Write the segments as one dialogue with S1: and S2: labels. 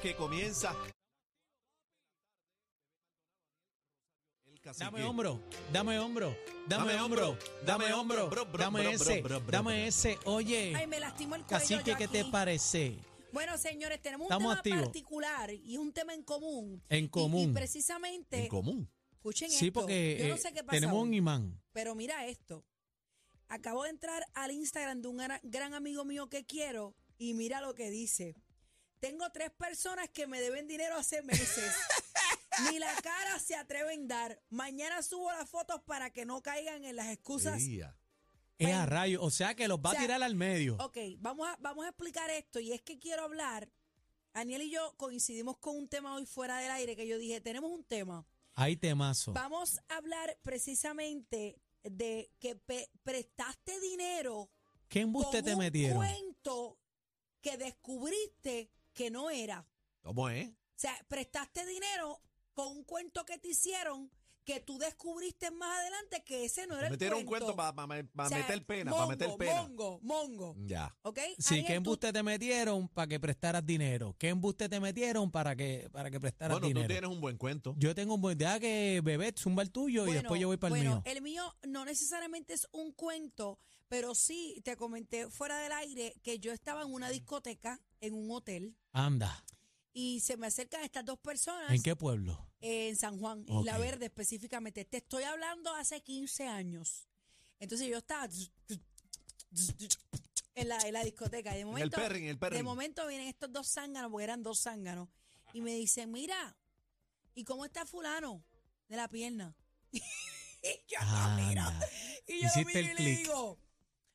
S1: que comienza. El cacique.
S2: Dame hombro, dame hombro, dame,
S1: Dame
S2: hombro,
S1: hombro,
S2: dame
S1: dame
S2: hombro,
S1: hombro, bro, bro,
S2: dame
S1: bro,
S2: ese,
S1: bro, bro, bro,
S2: dame
S1: bro.
S2: ese.
S3: Ay,
S2: Oye,
S3: me lastimó el cuello.
S2: cacique,
S3: yo
S2: ¿qué te
S3: aquí.
S2: parece?
S3: Bueno, señores, tenemos un
S2: Estamos
S3: tema
S2: activos.
S3: particular y es un tema en común.
S2: En
S3: Y- Y,
S2: común.
S3: precisamente,
S1: En común.
S3: escuchen
S2: Sí,
S3: esto.
S2: porque
S3: yo no
S2: eh,
S3: sé qué pasa
S2: tenemos un
S3: hoy,
S2: imán.
S3: pero mira esto. Acabo de entrar al Instagram de un gran, gran amigo mío que quiero y mira lo que dice. Tengo tres personas que me deben dinero hace meses. Ni la cara se atreven dar. Mañana subo las fotos para que no caigan en las excusas
S1: Ea.
S2: Es
S3: Bueno.
S2: a rayo, o sea que los va
S3: O sea,
S2: a tirar al medio.
S3: Ok, vamos a, vamos a explicar esto y es que quiero hablar. Aniel y yo coincidimos con un tema hoy fuera del aire que yo dije, tenemos un tema.
S2: Hay temazo.
S3: Vamos a hablar precisamente de que pe- prestaste dinero
S2: ¿Qué embuste
S3: con
S2: te
S3: un
S2: metieron?
S3: cuento que descubriste que no era.
S1: ¿Cómo es?
S3: O sea, prestaste dinero con un cuento que te hicieron que tú descubriste más adelante que ese no era
S1: Me metieron
S3: el
S1: un cuento para meter pena, para
S3: para
S1: meter pena.
S3: Mongo, mongo,
S1: Ya.
S3: ¿ok?
S2: Sí,
S3: Aniel,
S2: ¿qué
S3: tú-
S2: embuste te metieron para que prestaras dinero? ¿Qué embuste te metieron para que, para que prestaras
S1: Bueno,
S2: dinero?
S1: tú tienes un buen cuento.
S2: Yo tengo un buen deja que bebé zumba el tuyo y después yo voy para el
S3: bueno, eh,
S2: mío.
S3: El mío no necesariamente es un cuento, pero sí te comenté fuera del aire que yo estaba en una discoteca, en un hotel,
S2: Anda,
S3: y se me acercan estas dos personas
S2: ¿en qué pueblo?
S3: en San Juan, en
S2: Ok.
S3: La Verde específicamente. Te estoy hablando hace 15 años. Entonces yo estaba en la, en la discoteca. Y de
S1: en el
S3: momento,
S1: perrin, en el perrin.
S3: de momento vienen estos dos zánganos, porque eran dos zánganos, y me dicen, mira, ¿y cómo está fulano de la pierna? y yo lo miro,
S2: Anda.
S3: y yo lo
S2: Hiciste
S3: miro y
S2: el
S3: le
S2: clic.
S3: digo,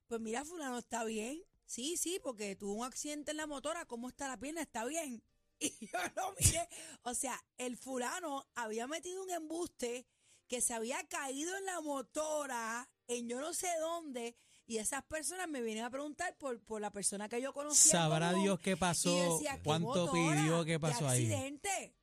S3: pues mira, fulano está bien. Sí, sí, porque tuvo un accidente en la motora, ¿cómo está la pierna? Está bien. Y yo lo miré. O sea, el fulano había metido un embuste que se había caído en la motora, en yo no sé dónde, y esas personas me vienen a preguntar por, por la persona que yo conocía. en
S2: Sabrá
S3: común.
S2: Dios qué
S3: Y yo
S2: pasó,
S3: decía, ¿qué
S2: cuánto
S3: motora?
S2: pidió, qué pasó ahí.
S3: accidente?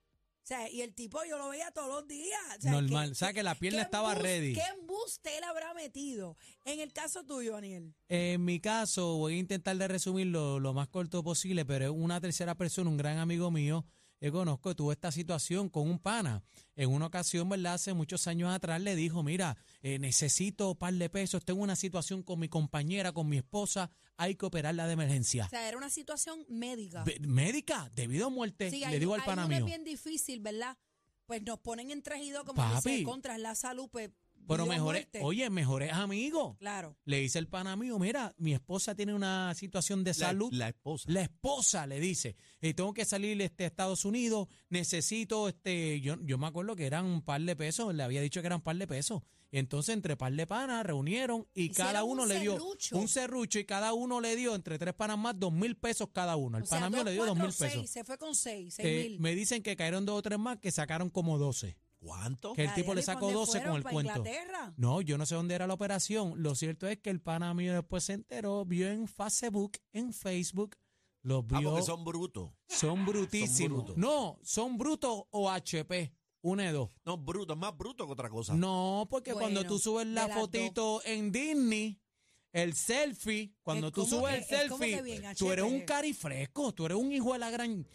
S3: O sea, y el tipo yo lo veía todos los días. O sea,
S2: Normal,
S3: ¿qué-
S2: o sea que la
S3: qué
S2: pierna estaba
S3: embus-
S2: ready.
S3: ¿Qué embuste él habrá metido? En el caso tuyo, Daniel.
S2: En mi caso, voy a intentar de resumirlo lo más corto posible, pero es una tercera persona, un gran amigo mío, que conozco, tuvo esta situación con un pana. En una ocasión, ¿verdad? Hace muchos años atrás le dijo, mira, eh, necesito un par de pesos, tengo una situación con mi compañera, con mi esposa, hay que operarla de
S3: O
S2: emergencia.
S3: sea, era una situación médica.
S2: Ve- Médica, debido a muerte,
S3: Sí,
S2: le
S3: ahí-
S2: digo al
S3: ahí
S2: pana
S3: uno es
S2: mío.
S3: bien difícil, ¿verdad? Pues nos ponen en tres y dos, como
S2: Papi.
S3: dice, contra la salud, pues.
S2: Pero
S3: vida o
S2: mejores,
S3: muerte.
S2: oye, mejores amigos.
S3: Claro.
S2: Le dice el pana mío, mira, mi esposa tiene una situación de
S1: La-
S2: salud.
S1: La, esposa.
S2: La esposa le dice, eh, tengo que salir este, a Estados Unidos, necesito, este, yo, yo me acuerdo que eran un par de pesos, le había dicho que eran un par de pesos. Entonces, entre par de panas, reunieron y
S3: Hicieron
S2: cada uno
S3: un
S2: le dio
S3: serrucho.
S2: un serrucho y cada uno le dio, entre tres panas más, dos mil pesos cada uno. El
S3: O sea,
S2: pana mío
S3: dos,
S2: le dio dos
S3: cuatro,
S2: mil
S3: seis,
S2: pesos.
S3: Se fue con seis, seis
S2: Eh,
S3: mil.
S2: me dicen que cayeron dos o tres más que sacaron como doce.
S1: ¿Cuánto? Ah,
S2: Que el
S3: Daniel,
S2: tipo le
S3: ¿y pa'
S2: sacó
S3: dónde
S2: 12 con
S3: fueron?
S2: el
S3: ¿Pa'
S2: cuento.
S3: Inglaterra?
S2: No, yo no sé dónde era la operación. Lo cierto es que el pana mío después se enteró, vio en Facebook, en Facebook, los
S1: Ah,
S2: vio.
S1: porque
S2: son,
S1: son brutos.
S2: brutísimos.
S1: son brutos.
S2: no, son brutos o HP. Una de dos.
S1: No, brutos, más brutos que otra cosa.
S2: No, porque cuando
S3: Bueno,
S2: tú subes la
S3: de las
S2: fotito en Disney, el selfie, cuando
S3: Es
S2: tú
S3: como
S2: subes
S3: que-
S2: el
S3: es como que
S2: selfie,
S3: bien
S2: tú eres un
S3: HP.
S2: carifresco, tú eres un hijo de la gran.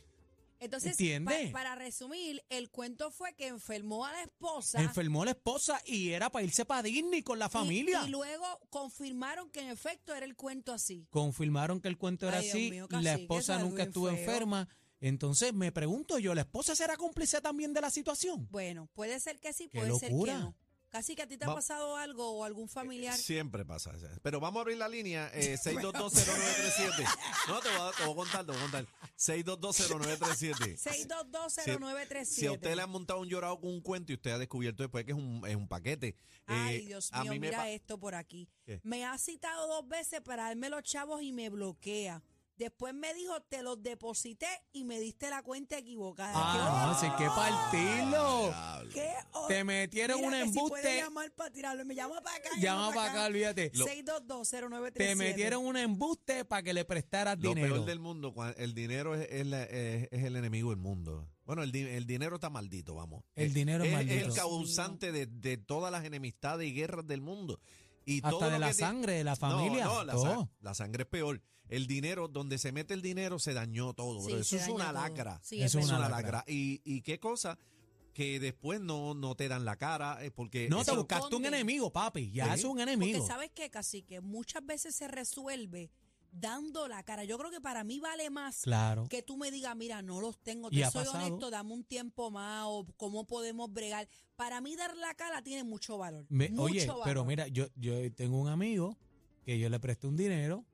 S3: Entonces,
S2: ¿Entiende?
S3: pa- para resumir, el cuento fue que enfermó a la esposa.
S2: Enfermó la esposa y era para irse para Disney con la
S3: y-
S2: familia.
S3: Y, luego confirmaron que en efecto era el cuento así.
S2: confirmaron que el cuento era
S3: Ay, Dios
S2: así,
S3: mío,
S2: la
S3: cacique, eso
S2: esposa
S3: es
S2: nunca
S3: bien
S2: estuvo
S3: feo.
S2: enferma. Entonces me pregunto yo, ¿la esposa será cómplice también de la situación?
S3: Bueno, puede ser que sí,
S2: Qué
S3: puede ser que
S2: locura.
S3: no. Casi que a ti te ha
S1: Va- Eh,
S3: pasado algo o algún familiar.
S1: Siempre pasa. Pero vamos a abrir la línea eh, 6220937. No, te voy, a, te voy a contar, te voy a contar. 6220937.
S3: 6220937.
S1: Si a usted le han montado un llorado con un cuento y usted ha descubierto después que es un, es un paquete.
S3: Ay,
S1: eh,
S3: Dios
S1: a
S3: mío,
S1: mí me
S3: mira
S1: pa-
S3: esto por aquí.
S1: ¿Qué?
S3: Me ha citado dos veces para darme los chavos y me bloquea. Después me dijo, te los deposité y me diste la cuenta equivocada.
S2: Ah, no, sí, qué partirlo.
S1: Diablo.
S3: ¡Qué hor-
S2: Te metieron
S3: Mira
S2: un
S3: que si
S2: embuste.
S3: puede llamar para tirarlo. Me llama para acá.
S2: Llama para acá, olvídate.
S3: 6220937.
S2: Te metieron un embuste para que le prestaras
S1: Lo
S2: dinero.
S1: peor del mundo, cua- el dinero es, es la- es- es el enemigo del mundo. Bueno, el, di- el dinero está maldito, vamos.
S2: El
S1: Eh,
S2: dinero es
S1: el
S2: maldito.
S1: causante de, de todas las enemistades y guerras del mundo. Y todo
S2: Hasta
S1: lo
S2: de la
S1: que tiene-
S2: sangre, de la
S1: No,
S2: familia. Oh.
S1: No, la,
S2: todo.
S1: sa- la sangre es peor. El dinero, donde se mete el dinero, se dañó todo.
S3: Sí,
S1: bro. Eso
S3: se
S1: es una
S3: dañó todo.
S1: lacra.
S3: Sí,
S2: Eso es
S1: Eso es una
S2: lacra.
S1: lacra. Y, y qué cosa que después no, no te dan la cara, eh, porque
S2: No,
S1: eso-
S2: te
S3: se
S2: buscaste un
S3: esconden.
S2: enemigo, papi. Ya
S1: Sí.
S2: es un
S3: Porque
S2: enemigo.
S3: sabes qué, cacique, muchas veces se resuelve dando la cara. Yo creo que para mí vale más
S2: Claro.
S3: que tú me digas, mira, no los tengo,
S2: Y
S3: te
S2: ha
S3: soy
S2: pasado.
S3: honesto, dame un tiempo más o cómo podemos bregar. Para mí dar la cara tiene mucho valor.
S2: Me-
S3: mucho
S2: oye,
S3: valor.
S2: pero mira, yo, yo tengo un amigo que yo le presté un dinero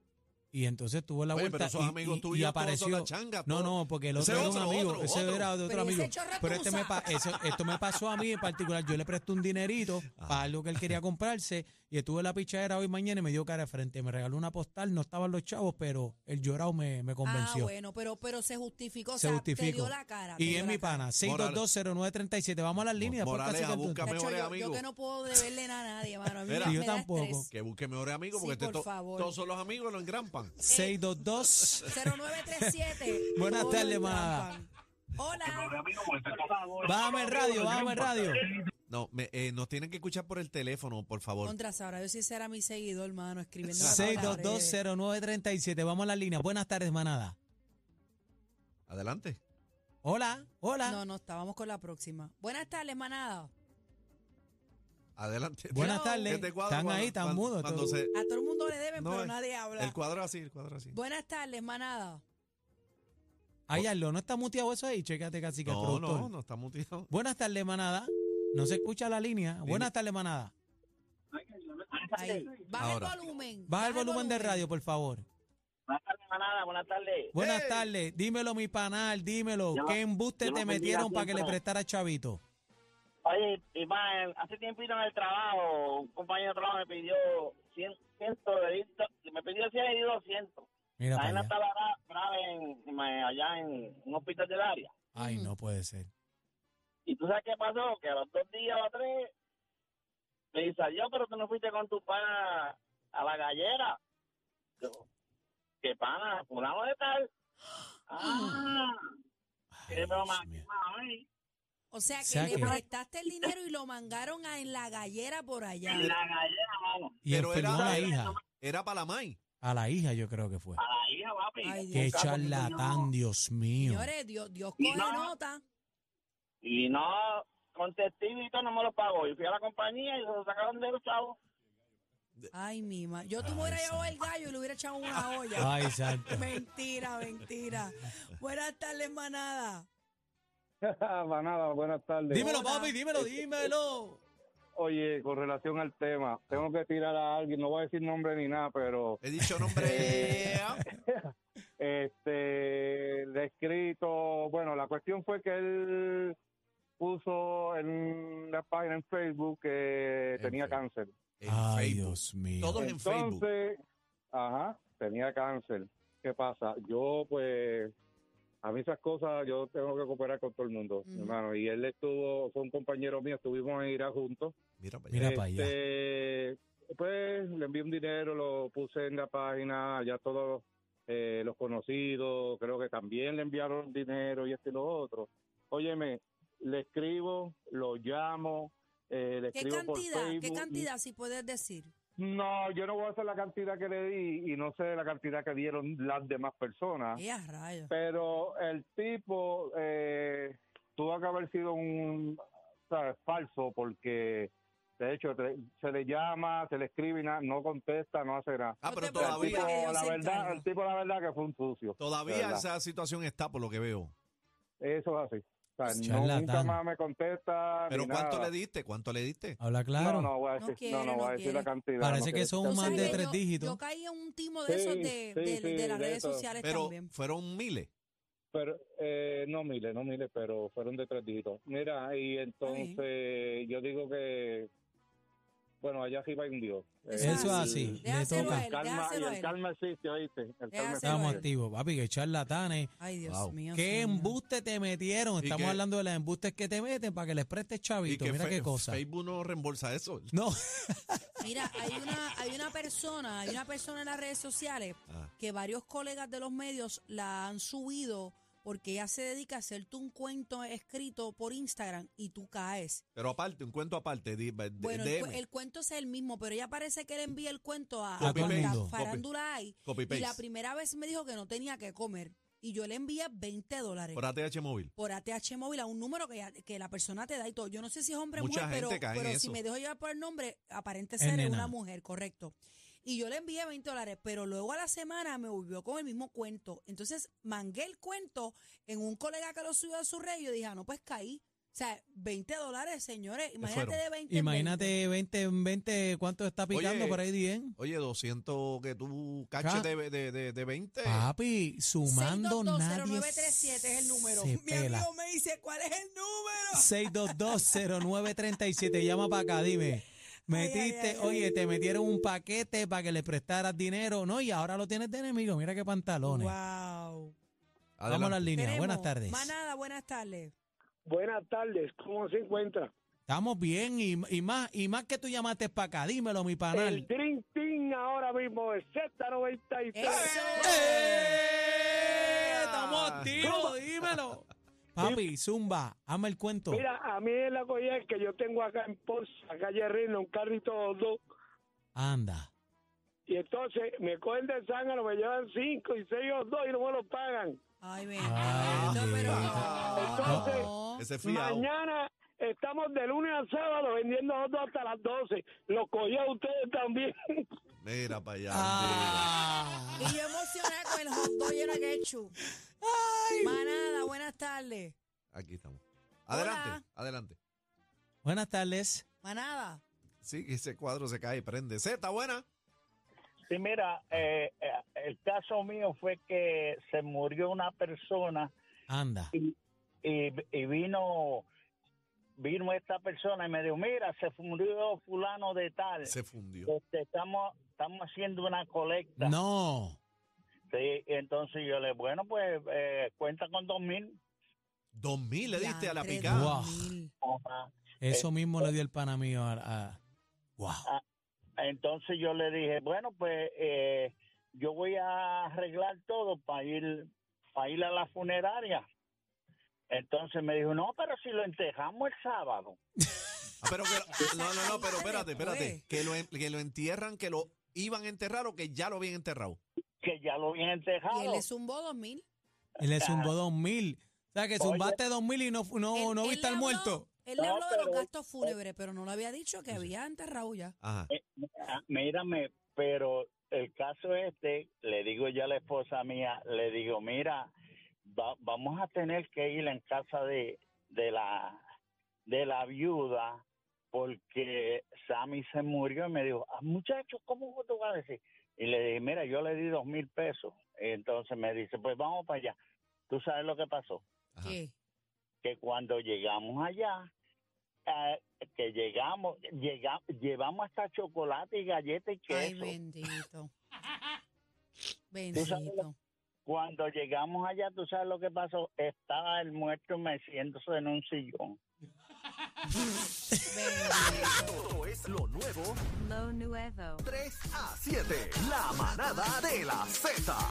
S2: y entonces tuvo la
S1: Oye,
S2: vuelta
S1: pero esos
S2: y,
S1: amigos
S2: y-
S1: tuyos
S2: y
S1: todos
S2: apareció.
S1: son la changa,
S2: no,
S1: todos.
S2: no, porque el
S1: Ese
S2: otro era un
S1: otro,
S2: amigo,
S1: otro,
S2: ese
S1: otro.
S2: era de otro
S3: Pero ese
S2: amigo.
S3: chorro
S2: Pero este me
S3: acusa.
S2: pa- eso- esto me pasó a mí en particular. Yo le presté un dinerito
S1: Ah.
S2: para algo que él quería comprarse y estuve en la pichadera hoy mañana y me dio cara de frente. Me regaló una postal, no estaban los chavos, pero el llorado me, me
S3: Ah,
S2: convenció.
S3: bueno, pero, pero se justificó, o
S2: Se
S3: sea, te
S2: justificó.
S3: dio la cara. te
S2: Y
S3: dio
S2: es
S3: la
S2: mi
S3: cara.
S2: pana, 6220937. Vamos a las líneas. después
S1: Moraleja,
S2: casi que-
S1: busca
S3: Nacho,
S1: mejores
S3: yo, yo
S1: amigos.
S3: que no puedo deberle nada a nadie, mano. A mí
S1: Mira.
S3: me,
S2: Yo
S3: me da
S2: tampoco.
S3: estrés.
S1: que busque mejores amigos,
S3: Sí,
S1: porque este
S3: por
S1: to-
S3: favor.
S1: todos son los amigos, lo
S3: Eh,
S1: engrampan.
S2: 622.
S3: 0937.
S2: Buenas
S3: Hola,
S2: tardes, ma.
S3: trampa. Hola.
S2: Bájame el radio, bájame el radio.
S1: No, me- eh, nos tienen que escuchar por el teléfono, por favor.
S3: Contra Sara, yo sí será mi seguidor, hermano, escribiendo. la palabra breve.
S2: 6220937. Vamos a la línea. Buenas tardes, manada.
S1: Adelante.
S2: Hola, hola.
S3: No, no, estábamos con la próxima. Buenas tardes, manada.
S1: Adelante.
S2: Buenas
S3: Hello.
S2: tardes.
S1: Este cuadro,
S2: están ahí,
S1: cuando-
S2: están
S1: cuando-
S2: mudos.
S1: cuando
S2: todos.
S1: se-
S3: A todo el mundo le deben,
S1: No,
S3: pero
S1: el-
S3: nadie habla.
S1: el cuadro así, el cuadro así.
S3: Buenas tardes, manada.
S2: Ay, Arlo, no está muteado eso ahí. Chécate, casi que el
S1: No,
S2: productor.
S1: no, no está muteado.
S2: Buenas tardes, manada. No se escucha la línea. Buenas tardes, manada.
S3: Ahí. Baja
S1: Ahora.
S3: el volumen.
S2: Baja el volumen de radio, por favor.
S4: Buenas tardes, manada, buenas tardes.
S2: Buenas tardes. Dímelo, mi panal, dímelo.
S4: Yo-
S2: ¿Qué embuste
S4: yo
S2: te
S4: lo bendiga
S2: metieron para que le
S4: siempre.
S2: prestara chavito?
S4: Oye, Iván, hace tiempito en el trabajo, un compañero de trabajo me pidió 100, 100 dolaritos, me pidió 100 y dio 200.
S2: Mira
S4: La
S2: para
S4: gente
S2: allá.
S4: estaba gra- grave en- en- allá en un hospital del área.
S2: Ay, no puede ser.
S4: Y tú sabes qué pasó, que a los dos días o a tres, me dice, yo, pero tú no fuiste con tu pana a la gallera. Yo, ¿qué pana? Fulano de tal. Ah,
S2: Ay,
S4: qué broma, ¿eh?
S2: Dios mío.
S4: ay,
S3: O sea, que
S2: O sea
S3: le
S2: que-
S3: prestaste el dinero y lo mangaron a en la gallera por allá.
S4: en la gallera, mano.
S2: Y
S1: Pero
S2: enfermó
S1: era-
S2: a la hija.
S1: Era para la May.
S2: A la hija yo creo que fue.
S4: A la hija, papi.
S3: Ay, Dios.
S2: Qué
S4: Nunca porque
S2: charlatán,
S4: yo-
S2: Dios mío.
S3: Señores, Dios, Dios coge
S4: No.
S3: nota.
S4: Y no, con testigos no me lo pagó. Yo fui a la compañía y se lo sacaron de los chavos.
S3: Ay, mi ma. Yo tú
S2: Ay,
S3: me hubiera llevado
S2: santo.
S3: el gallo y le hubiera echado una olla.
S2: Ay, santo.
S3: Mentira, mentira. Buenas tardes, manada.
S5: Manada, buenas tardes.
S2: Dímelo, papi,
S1: Este,
S2: dímelo, dímelo.
S5: Oye, con relación al tema, tengo que tirar a alguien, no voy a decir nombre ni nada, pero
S1: He dicho nombre.
S5: este, el escrito, bueno, la cuestión fue que él puso en la página en Facebook que
S1: En
S5: tenía
S1: Facebook.
S5: cáncer.
S1: En
S2: Ay,
S1: Facebook.
S2: Dios mío.
S1: Todos en Facebook.
S5: Entonces, ajá, tenía cáncer. ¿Qué pasa? Yo, pues, a mí esas cosas, yo tengo que cooperar con todo el mundo,
S3: Ujú.
S5: hermano. Y él estuvo, fue un compañero mío, estuvimos en Irak juntos.
S1: Mira, para allá.
S2: Mira para allá.
S5: Este, Pues le envié un dinero, lo puse en la página, ya todos eh, los conocidos, creo que también le enviaron dinero y esto y lo otro. Óyeme, le escribo, lo llamo, eh, le
S3: ¿Qué
S5: escribo por
S3: cantidad?
S5: Facebook.
S3: ¿Qué cantidad, si puedes decir?
S5: No, yo no voy a hacer la cantidad que le di y no sé la cantidad que dieron las demás personas.
S3: Ella rayos.
S5: Pero el tipo eh, tuvo que haber sido un ¿sabes? falso porque, de hecho, te- se le llama, se le escribe y na- no contesta, no hace nada.
S1: Ah,
S3: No
S1: pero
S3: te preocupes,
S5: El tipo,
S1: todavía,
S3: que ellos
S5: la
S3: se
S5: verdad,
S3: encargan.
S5: el tipo, la verdad, que fue un sucio.
S1: todavía
S5: ¿verdad?
S1: esa situación está por lo que veo.
S5: Eso es así. O sea, no-
S2: Pues, Charlatán.
S5: nunca más me contesta.
S1: Pero
S5: ni
S1: ¿cuánto
S5: nada.
S1: le diste? ¿Cuánto le diste?
S2: Habla
S5: No,
S2: claro.
S5: no voy a
S3: No
S5: decir, no,
S3: quiere,
S5: no
S3: no
S5: voy a decir la
S3: quiere.
S5: cantidad.
S2: Parece
S5: no
S2: que
S5: quiere.
S2: son
S3: Tú
S2: más
S3: sabes
S2: de
S3: que
S2: tres
S3: yo-
S2: dígitos.
S3: Yo caí en un timo de
S5: Sí,
S3: esos de,
S5: sí,
S3: de- de
S5: sí,
S3: las
S5: de
S3: redes
S5: eso.
S3: sociales
S1: Pero
S3: también.
S1: fueron miles.
S5: Pero, eh, no miles, no miles, pero fueron de tres dígitos. Mira, y entonces yo digo que, bueno, allá arriba hay un Dios.
S3: Eso
S5: Eh,
S3: es así,
S5: y-
S2: le
S3: Déjaselo
S2: toca.
S3: a
S5: El
S3: él,
S5: calma, y
S3: déjaselo a
S5: el
S3: él.
S5: calma existe, ¿oíste? El calma
S3: Déjaselo
S5: existe.
S3: a
S2: Estamos
S3: él.
S2: activos, papi, que charlatanes.
S3: Ay, Dios
S1: Wow.
S3: mío.
S2: ¿Qué
S3: señor.
S2: embustes te metieron?
S1: ¿Y
S2: Estamos
S1: qué?
S2: hablando de las embustes que te meten para que les prestes chavito.
S1: que
S2: Mira
S1: Fe-
S2: qué cosa.
S1: Facebook no reembolsa eso.
S2: No,
S3: Mira, hay una, hay una persona, hay una persona en las redes sociales
S1: Ah,
S3: que varios colegas de los medios la han subido porque ella se dedica a hacerte un cuento escrito por Instagram y tú caes.
S1: Pero aparte, un cuento aparte. di- de-
S3: Bueno, el,
S1: DM,
S3: cu- el cuento es el mismo, pero ella parece que le envía el cuento a,
S1: Copy
S3: a
S1: paste.
S3: la
S2: Copy.
S3: farándula ahí.
S1: copy
S3: Y
S1: paste.
S3: la primera vez me dijo que no tenía que comer. Y yo le envié 20 dólares
S1: por ATH móvil.
S3: por ATH móvil a un número que, ya- que la persona te da y todo. Yo no sé si es hombre o
S1: Mucha
S3: mujer, pero,
S1: gente cae en
S3: pero si
S1: eso.
S3: me dejo llevar por el nombre, aparente
S2: Es
S3: ser es
S2: nena.
S3: una mujer, correcto. Y yo le envié 20 dólares, pero luego a la semana me volvió con el mismo cuento. Entonces mangué el cuento en un colega que lo subió a su red y yo dije, ah, no, pues caí. O sea, 20 dólares, señores. Imagínate
S1: fueron.
S3: de 20. en
S2: Imagínate 20, 20, ¿cuánto está picando
S1: Oye.
S2: por ahí, Dien?
S1: Oye, 200 que tú caches
S2: Ca- Ah,
S1: de, de, de, de 20.
S2: Papi, sumando nadie
S3: 6220937 es el número.
S2: se
S3: Mi
S2: pela.
S3: amigo me dice, ¿cuál es el número?
S2: 6220937, llama para acá, dime. Metiste,
S3: ay, ay.
S2: oye, te metieron un paquete para que le prestaras dinero, ¿no? Y ahora lo tienes de enemigo, mira qué pantalones.
S3: Wow.
S2: Vamos a
S1: Adelante.
S2: las líneas,
S3: Tenemos
S2: buenas tardes.
S3: Manada, buenas tardes.
S6: Buenas tardes, ¿cómo se encuentra?
S2: Estamos bien y, y más y más que tú llamaste para acá, dímelo, mi
S6: El
S2: panal.
S6: Dream Team ahora mismo es Z93.
S2: ¡Eh!
S3: Ah.
S2: ¡Estamos a tiro, dímelo! Papi, Zumba, ama el cuento.
S6: Mira, a mí es la collar que yo tengo acá en Ponce, a calle Reina, un carrito o dos,
S2: Anda.
S6: y entonces me cogen de sangre, me llevan cinco y seis o dos y no me lo pagan.
S3: Ay, ven.
S2: Ay,
S3: no, pero no,
S6: Entonces-
S3: no.
S1: Ese fiao.
S6: Mañana estamos de lunes a sábado vendiendo hot dogs hasta las 12. Los collar ustedes también.
S1: Mira para allá.
S2: Ah.
S3: Y yo emocionada con el hot dog lleno de ketchup. Manada, buenas tardes.
S1: mira. Aquí estamos. Adelante,
S3: Hola.
S1: adelante.
S2: Buenas tardes.
S3: Manada.
S1: Sí, ese cuadro se cae y prende. Z, buena.
S5: Sí, mira, eh, eh, el caso mío fue que se murió una persona
S2: Anda.
S5: y, y vino vino esta persona y me dijo, mira, se murió fulano de tal.
S1: Se fundió.
S5: Este, estamos, estamos haciendo una colecta.
S2: No.
S5: Sí, entonces yo le bueno, pues eh, cuenta con dos mil.
S1: Dos mil le diste a la
S3: Diantre,
S1: picada.
S2: Wow.
S3: dos mil.
S5: Ajá.
S3: Eh.
S2: Eso mismo le dio el pana mío a, a- Wow.
S5: Entonces yo le dije, bueno, pues eh, yo voy a arreglar todo para ir, para ir a la funeraria. Entonces me dijo, no, pero si lo entejamos el sábado.
S1: Ah, pero que- no, no, no, pero espérate, espérate.
S3: Después.
S1: Que lo, en- que lo entierran, que lo iban a enterrar o que ya lo habían enterrado.
S5: que ya lo habían
S3: Y él
S5: entejado.
S3: le zumbó dos mil.
S2: Él le zumbó dos mil. O sea, que
S5: Oye.
S2: zumbaste dos mil y no, no,
S3: Él-
S2: no
S3: él
S2: viste
S3: le
S2: al
S3: habló-
S2: muerto.
S3: Él le
S5: No,
S3: habló de
S5: pero-
S3: los gastos fúnebres, pero no le había dicho que había enterrado ya.
S1: Ajá.
S5: Ah, Mírame, pero el caso este, le digo yo a la esposa mía, le digo, mira, va- vamos a tener que ir en casa de, de la de la viuda porque Sammy se murió y me dijo, ah, muchacho, ¿cómo tú vas a decir? Y le dije, mira, yo le di dos mil pesos. Y entonces me dice, pues vamos para allá. ¿Tú sabes lo que pasó?
S1: Ajá.
S3: ¿Qué?
S5: que cuando llegamos allá, eh, que llegamos, llega, llevamos hasta chocolate y galleta y
S3: Ay,
S5: queso.
S3: bendito.
S5: sabes
S3: Bendito.
S5: cuando llegamos allá, tú sabes lo que pasó, estaba el muerto meciéndose en un sillón.
S3: Bendito.
S7: Todo es lo nuevo
S8: Lo nuevo.
S7: 3 a 7. La manada de la Z.